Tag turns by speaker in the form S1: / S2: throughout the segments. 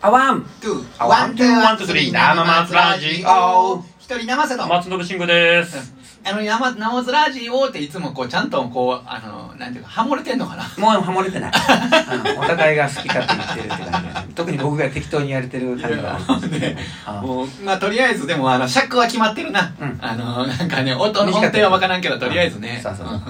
S1: あわん
S2: ワン、ツー、ワン、ツー、スリー、生松ラジオ。一人生瀬の、
S1: 松信慎吾です。
S2: あの、生、生松ラジオっていつもこう、ちゃんとこう、あの、なんていうか、ハモれてんのかな。
S1: もうハモれてない。うんお互いが好き勝手言ってるって感じだね。特に僕が適当にやれてる感じが。
S2: ね
S1: あ
S2: もう、まあ、とりあえず、でも、あの、尺は決まってるな。
S1: うん
S2: あの、なんかね、音の音程はわからんけど、とりあえずね。
S1: そうそうそううん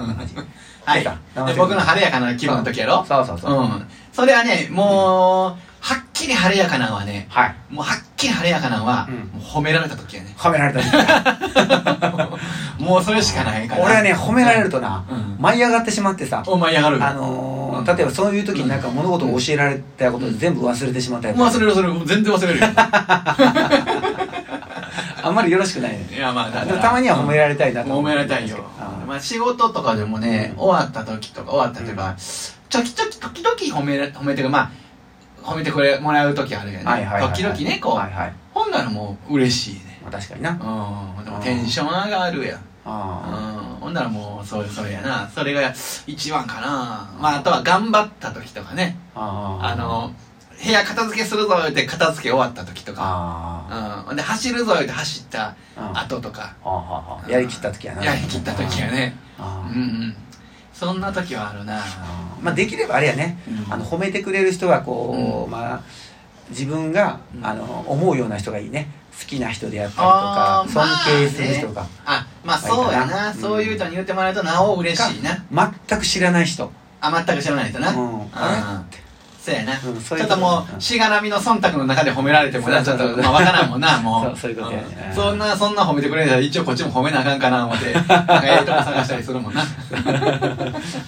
S2: はい。で
S1: 生瀬
S2: 僕の晴れやかな気分の時やろ
S1: そうそうそう。
S2: うん。それはね、もう、はっきり晴れやかなのはね、
S1: はい。
S2: もうはっきり晴れやかなのは、
S1: うん
S2: もう褒められた時やね。
S1: 褒められた時だ。
S2: もうそれしかないから。
S1: 俺はね、褒められるとな
S2: うん、
S1: 舞い上がってしまってさ、
S2: お前やがる。
S1: あの
S2: う
S1: ー、
S2: ん
S1: 例えばそういう時になんか物事を教えられたことを全部忘れてしまったやつ。
S2: もう忘れるそれ全然忘 れるよ
S1: あんまりよろしくないね。
S2: いやまあだ
S1: でもたまには褒められたいなと
S2: 褒
S1: 思う
S2: められたいよ
S1: あー
S2: まあ仕事とかでもね終わった時とか終わったというか、ちょきちょき時々褒めら褒めてまあ褒めてくれもらう時あるよね、
S1: はいはいはいはい
S2: 時々ねこう、
S1: はいはい。
S2: ほんならもう嬉しいね
S1: まあ確かにな。
S2: うんでもテンション上がるやんうん
S1: あ
S2: ほんならもうそうそれやなそれが一番かなまああとは頑張った時とかね
S1: ーあー。
S2: あの部屋片付けするぞ言って片付け終わった時とか
S1: あー、
S2: うんほんで走るぞ言って走った
S1: ああ
S2: 後とか
S1: ああやりきった時やな
S2: やりきった時はねうん
S1: あ
S2: うんそんな時はあるな
S1: あまあできればあれやね
S2: うん
S1: あの褒めてくれる人はこう、
S2: うん
S1: まあ自分が、
S2: うん
S1: あの思うような人がいいね好きな人であったりとか
S2: あー
S1: 尊敬する人とか、
S2: あまあそうやな
S1: うん
S2: そういう人に言ってもらうとなお嬉しいな
S1: 全く知らない人、
S2: あ全く知らない人な
S1: う
S2: うん
S1: んあ
S2: そうやなち
S1: うん
S2: ょ
S1: そういう
S2: っ
S1: こと
S2: ともうしがらみの忖度の中で褒められてもなち
S1: そ
S2: ょ
S1: う
S2: っ
S1: そうそ
S2: と
S1: う
S2: まあわからんもんなも
S1: そう
S2: う
S1: そういうことやね
S2: んそんなそんな褒めてくれたら一応こっちも褒めなあかんかな思ってなんかええとこ探したりするもんな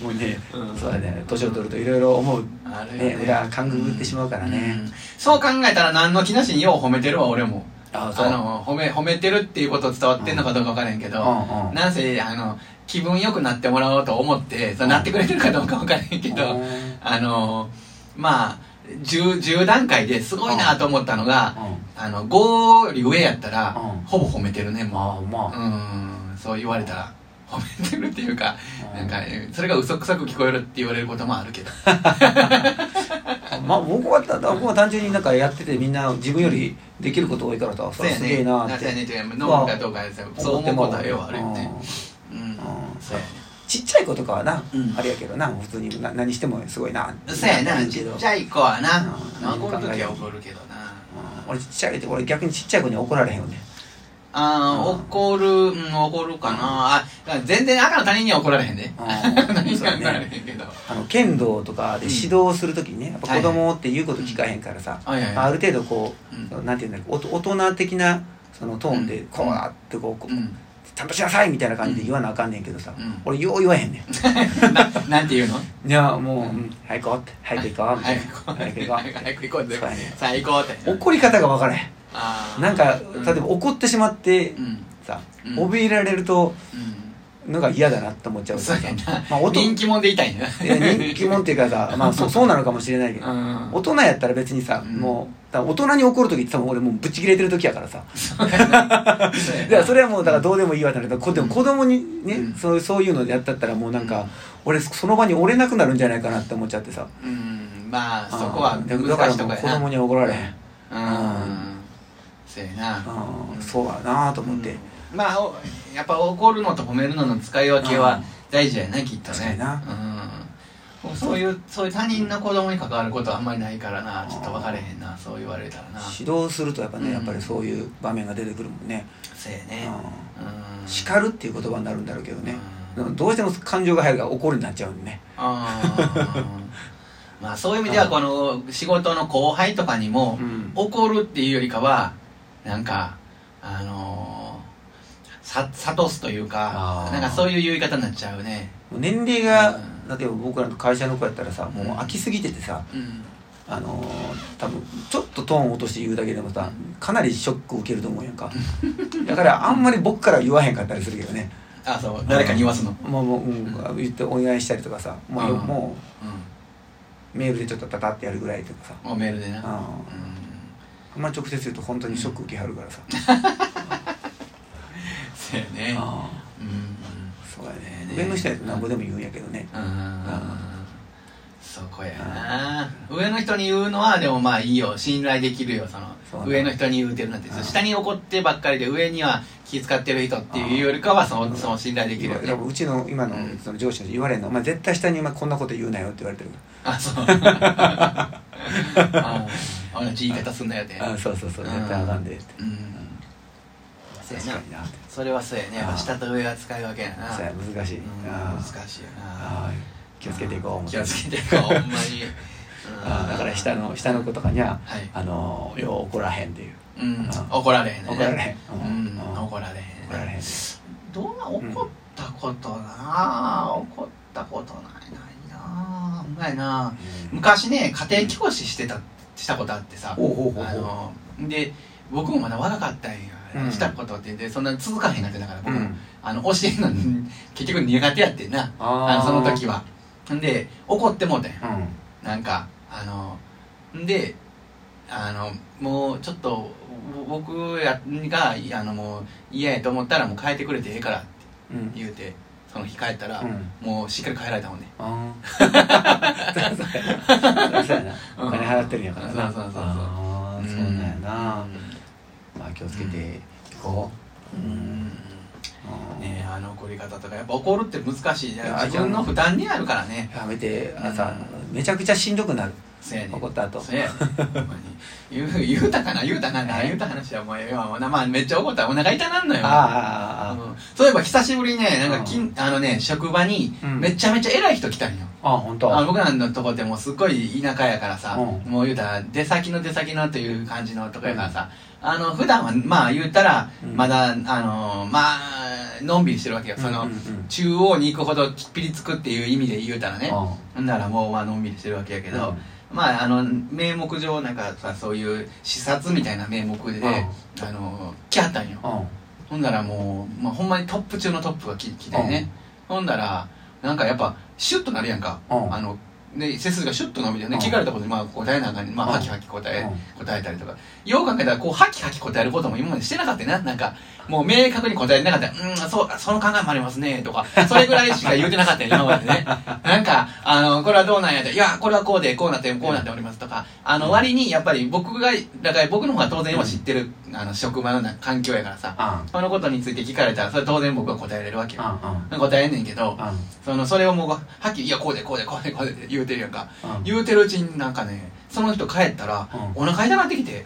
S1: もうね、
S2: うん
S1: そうだね年を取るといろいろ思う、
S2: あるよ
S1: ね、裏勘ぐってしまうからね、
S2: うんそう考えたら何の気なしによう褒めてるわ俺も
S1: あー
S2: あ
S1: そう
S2: の褒め褒めてるっていうこと伝わってんのかどうか分からへんけど、
S1: うんうん
S2: なんせあの気分よくなってもらおうと思って、そう
S1: うん
S2: なってくれてるかどうか分からへんけ
S1: う
S2: ど、
S1: ん
S2: あのまあ 10, 10段階ですごいなと思ったのが、あの5より上やったら、
S1: うん
S2: ほぼ褒めてるねも
S1: まあま
S2: う、うんそう言われたら褒めてるっていうか、
S1: うん
S2: なんかそれが嘘くさく聞こえるって言われることもあるけど
S1: あまあ僕はた僕は単純になんかやっててみんな自分よりできること多いからさ、そ
S2: そう
S1: れ
S2: や
S1: す
S2: ね
S1: げえなーっ
S2: そうやね
S1: て
S2: というか飲むかどうかですよそう思うことはようあるよね
S1: うん
S2: うん
S1: うん
S2: そうや
S1: ちっちゃい子とかはな、
S2: うん
S1: あれやけどな普通にな何してもすごいな
S2: そうやな
S1: 言う
S2: ち
S1: けど
S2: っちゃい子はな
S1: うん
S2: まあ怒るときは怒るけどな
S1: うん俺ちっちゃい俺逆にちっちゃい子には怒られへんよね
S2: あ
S1: うん
S2: ー怒るうん怒るかなあだから全然赤の他人には怒られへんで
S1: うん
S2: 何
S1: そう
S2: か
S1: やね
S2: 怒られへんけど
S1: あの剣道とかで指導するときにね、やっぱ子供って言うこと聞かへんからさ、
S2: はいはいはい
S1: まあある程度こう、
S2: う
S1: なんていうんだろうおと大人的なそのトーンで
S2: うん
S1: こうなってこうこう、
S2: うん
S1: ちゃんとしなさいみたいな感じで言わなあかんねんけどさ、
S2: うん
S1: 俺よう言わへんねん
S2: ななんて言うの
S1: いやもう、うん、早く行こうって早く行こうみたい
S2: 早
S1: な
S2: く行こう
S1: 早く行こ
S2: 早く行こうぜ
S1: そうやね
S2: さあ行こうって
S1: う怒り方が分からへん
S2: あー
S1: なんか
S2: うん
S1: 例えば怒ってしまって
S2: うん
S1: さ、
S2: うん
S1: 怯えられると
S2: う
S1: のが嫌だなって思っちゃうん
S2: そうやな
S1: まあ音
S2: 人気者でいたいんだ
S1: いや人気者っていうかさ、まあ、そうそうなのかもしれないけど、
S2: うん
S1: 大人やったら別にさ、
S2: うん
S1: もうだから大人に怒る時って多分俺もうぶち切れてる時やからさ
S2: そうやなそうや
S1: だ
S2: な
S1: からそれはもうだからどうでもいいわってなるけどこでも子供にね、
S2: うん
S1: そうそういうのでやったったらもうなんか、
S2: うん
S1: 俺その場に折れなくなるんじゃないかなって思っちゃってさ
S2: うんまあそこは
S1: うんだだか
S2: 難し
S1: ら
S2: いと
S1: もう
S2: こや
S1: 子
S2: な
S1: 供には怒られへん、
S2: うんそうやな
S1: うん
S2: うん
S1: そうだなと思って、
S2: うんまあおやっぱ怒るのと褒めるのの使い分け
S1: う
S2: は
S1: ん
S2: 大事やなきっと
S1: 確か
S2: ね
S1: にな
S2: うんそういうそういう他人の子供に関わることはあんまりないからなちょっと分かれへんなそう言われたらなそ
S1: 指導するとやっぱね、
S2: うん
S1: やっぱりそういう場面が出てくるもんね、
S2: うやねうん
S1: 叱るっていう言葉になるんだろうけどね、
S2: うん
S1: どうしても感情が入るから怒るになっちゃうんでね
S2: うんまあそういう意味ではこの仕事の後輩とかにも
S1: うん
S2: 怒るっていうよりかはなんかあのー、さ諭すとい
S1: あ
S2: うか
S1: ー
S2: なんかそういう言い方になっちゃうね
S1: もう年齢が
S2: う
S1: 例えば僕らの会社の子やったらさもう
S2: うん
S1: 飽きすぎててさ、
S2: うん
S1: あのー多分ちょっとトーン落として言うだけでもさかなりショック受けると思うやん かだからあんまり僕から言わへんかったりするけどね
S2: あそう誰かに言わすの
S1: もうもう、うん、言ってお願いしたりとかさもうよ
S2: うん
S1: も
S2: う
S1: うメールでちょっとタタってやるぐらいとかさ
S2: んもうメールでな
S1: あ
S2: うん
S1: あんまり直接言うと本当にショック受けはるからさ
S2: そうやね
S1: あ
S2: うん
S1: あそうやね上の人やとなんぼでも言うんやけどね
S2: うんうんうん
S1: あ
S2: そこやな上の人に言うのはでもまあいいよ信頼できるよその
S1: そうだ
S2: 上の人に言うてるなんて
S1: うん
S2: 下に怒ってばっかりで上には気遣ってる人っていうよりかはそのその信頼できるよ
S1: で
S2: ね
S1: もうちの今の
S2: うん
S1: その上司たちに言われんの、お前絶対下にお前こんなこと言うなよって言われてるか
S2: あそうあ同じ言い方すんなよって
S1: らあそうそうそう絶対あかんでって
S2: うんそうや
S1: 確
S2: な
S1: かになって
S2: それはそうやねやっぱ下と上が使い分けやな
S1: そうや難しい
S2: うん
S1: あ
S2: 難
S1: ー
S2: しいよな
S1: あー気をつけていこう思って
S2: 気をつけていこうほんまに
S1: あーだから下の下の子とかには
S2: はい
S1: あのーよう怒らへんっていう
S2: うん
S1: あ
S2: 怒られへんね
S1: 怒られへんう
S2: うんん
S1: うん怒
S2: 怒られ
S1: ら
S2: へん
S1: れへん
S2: どうな怒ったことな怒ったことないないなほんまやな昔ね家庭教師してたしたことあってさ
S1: ほうほうほう
S2: あ
S1: ほ
S2: ので僕もまだ若かったんや
S1: うん
S2: したことってでそんな続かへんかってだから
S1: うう
S2: 僕も
S1: ん
S2: あの教えるのに結局苦手やってんなあ
S1: あ
S2: の
S1: ー
S2: その時はんで怒ってもうたんや
S1: うん
S2: なんかあのんであのもうちょっとぼ僕やがあのもう嫌やと思ったらもう帰ってくれてええからって
S1: うん
S2: 言うてその日帰ったら、
S1: うん
S2: もうしっかり帰られたもんね
S1: ああそうやそうやな
S2: うん
S1: お金払ってるんやからな
S2: そうそうそうそう
S1: ああそうなんやなまあ気をつけていこう
S2: うん
S1: うん
S2: ねえあの怒り方とかやっぱ怒るって難しい
S1: や
S2: 自分の負担になるからね
S1: やめてあのさめちゃくちゃしんどくなる
S2: せやねん
S1: 怒った後
S2: そうやねほんまに言う言うたかな言うたな何言うた話はもうええわもうなまあめっちゃ怒ったらお腹痛なんのよ
S1: あー
S2: うんそういえば久しぶりにねなんかき
S1: うん
S2: あのね職場に
S1: うん
S2: めちゃめちゃ偉い人来たんよ、
S1: あーあーあ本当
S2: あの僕らのとこってもうすっごい田舎やからさ、
S1: う
S2: もう言うたら出先の出先のという感じのとこやからさ、あの普段はまあ言うたら
S1: うん
S2: まだ、あのまあのんびりしてるわけよその、
S1: うんうんうん
S2: 中央に行くほどきっぴりつくっていう意味で言うたらね
S1: あ
S2: ほんならもうまあのんびりしてるわけやけ
S1: ー
S2: ど、
S1: うん
S2: まああの名目上なんかさそういう視察みたいな名目で、
S1: うん
S2: あの来はったんよ、
S1: うん
S2: ほんならもう、まあ、ほんまにトップ中のトップが来来てね、ほんならなんかやっぱシュッとなるやんか、
S1: うん
S2: あのね、背筋がシュッと伸びてね、
S1: うん
S2: 聞かれたことにまあ答えなんかに、まあ、
S1: うん
S2: ハキハキ答え、
S1: うん
S2: 答えたりとかよう考えたらこうハキハキ答えることも今までしてなかったよななんかもう明確に答えてなかったようんそうその考えもありますねとかそれぐらいしか言うてなかったよ今までねなんかあのこれはどうなんやでいやこれはこうでこうなってこうなっておりますとかあの割にやっぱり僕がだから僕の方が当然今知ってる、あの職場のな環境やからさ、
S1: あ
S2: そのことについて聞かれたらそれ当然僕は答えれるわけ
S1: ー
S2: よ
S1: あー
S2: 答えんねんけど
S1: あーあ
S2: そのそれをもうはっきり「いやこうでこうでこうでこうで」って言うてるやんか
S1: ーうん
S2: 言うてるうちになんかねその人帰ったら、
S1: う
S2: お腹痛なって きて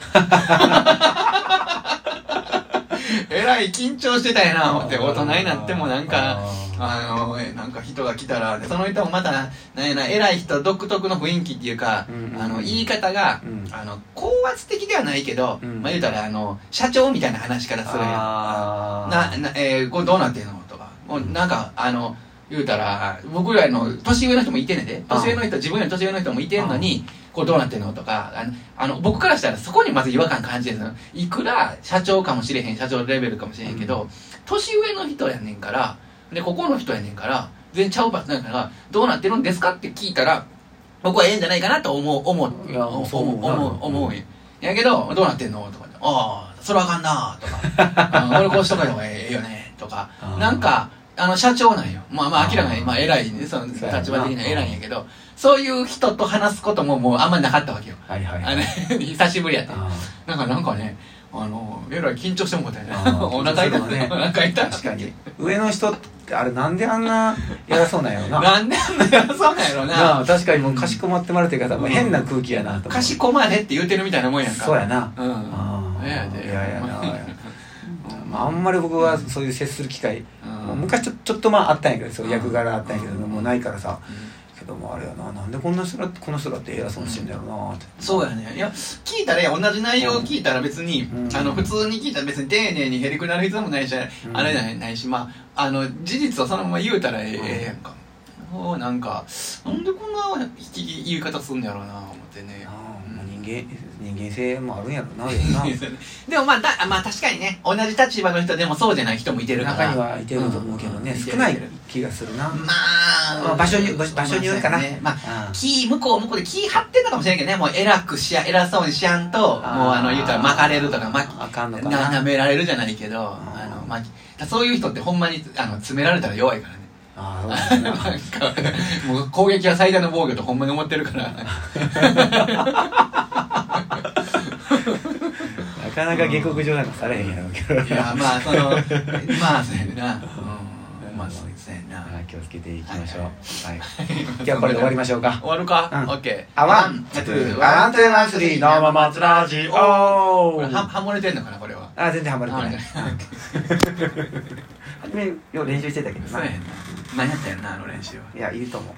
S2: えらい緊張してたやな思って大人になってもなんかあのえなんか人が来たらその人もまたなんやな偉い人独特の雰囲気っていうか、
S1: うんうん
S2: あの言い方が、
S1: うん
S2: あの高圧的ではないけど、
S1: うん
S2: まあ言うたらあの社長みたいな話からするやん
S1: あー
S2: なな、えー、これどうなってんのとかもうなんかあの言うたら僕らの年上の人もいてんねんで年上の人自分より年上の人もいてんのにこれどうなってんのとかあのあの僕からしたらそこにまず違和感感じてるのいくら社長かもしれへん社長レベルかもしれへんけど、年上の人やねんからでここの人やねんから全然ちゃうばっなんからどうなってるんですかって聞いたら僕はええんじゃないかなと思う思う
S1: いや
S2: 思う
S1: そう
S2: 思う
S1: なる
S2: 思う思うんややけどどうなってんのとか「ああそれはあかんな」とかあの俺こうしとかの方がええよねとか
S1: あー
S2: なんかあの社長なんよまあま
S1: あ
S2: あ
S1: ー
S2: 明らかにまあ偉いねその立
S1: そうやな
S2: 場的には偉いんやけどそういう人と話すことももうあんまりなかったわけよ
S1: はいはいは
S2: あ
S1: い
S2: の 久しぶりやった
S1: あ
S2: なんかなんかねあのえらい緊張してもうたよね
S1: あー
S2: お腹痛く
S1: 緊張す
S2: て
S1: るわね
S2: お腹痛
S1: ー
S2: くて
S1: 確かに上の人ってあれなんであんなやらそうなんやろな
S2: なんであんな偉そうなんやろ
S1: な
S2: な
S1: あ確かにもうかしこまってもらうというかさ、もう
S2: うん
S1: 変な空気やなと思う
S2: かしこまれって言うてるみたいなもんやんか
S1: そうやな
S2: うん
S1: あー
S2: ねやで
S1: いやいやなまああんまり僕はそういう接する機会、
S2: うん
S1: もう昔ちょちょっとまああったんやけどそういう
S2: うん
S1: 役柄あったんやけど、
S2: うん
S1: もうないからさ
S2: うん
S1: けどもあれやななんでこんな人らってこの人らって偉そうにしてんだろうなって、
S2: そうやねいや聞いたらや同じ内容を聞いたら別に、
S1: うん
S2: あの普通に聞いたら別に丁寧にへりくなる必要もないし、
S1: ん
S2: あれじゃないないしまああの事実をそのまま言うたらええ
S1: うん
S2: ええやんか、おーなんかなんでこんな言い方すんのやろうな思ってね
S1: なあまあ人間人間性もあるんやろ なでもな
S2: でもまあだまあ確かにね同じ立場の人でもそうじゃない人もいてるから
S1: 中にはいてると思うけどね、
S2: うん
S1: 少ない
S2: てる
S1: 気がするな、
S2: ま
S1: ま
S2: あ
S1: あ場所に場場所によるかな
S2: まあそうやねまあ
S1: あ
S2: 木向こう向こうで木張ってんのかもしれんけどねもう偉くしや偉そうにしやんともうあの言うたら巻かれるとか巻き
S1: あかんのか
S2: な
S1: な
S2: 舐められるじゃないけど、
S1: ん
S2: あのまあ、そういう人ってほんまにあの詰められたら弱いからね
S1: ああそう
S2: なんかもう攻撃は最大の防御とほんまに思ってる から
S1: なかなか下克上なんかされへんやろうけど
S2: いやまあそのまあそうやな、うん、まあそうやな
S1: はい気をつけていきましょう
S2: は
S1: はいじゃあこれで終わりましょうか
S2: 終わるか、
S1: うん
S2: オッケー
S1: あワンツーワンツーワンスリーのままつラジ
S2: こ
S1: オ
S2: れはハモれてんのかなこれは
S1: あ全然ハマれてない
S2: ハマれ
S1: 初めよう練習してたけど
S2: そう
S1: な
S2: やんな何やったんやんなあの練習はい
S1: やいると思う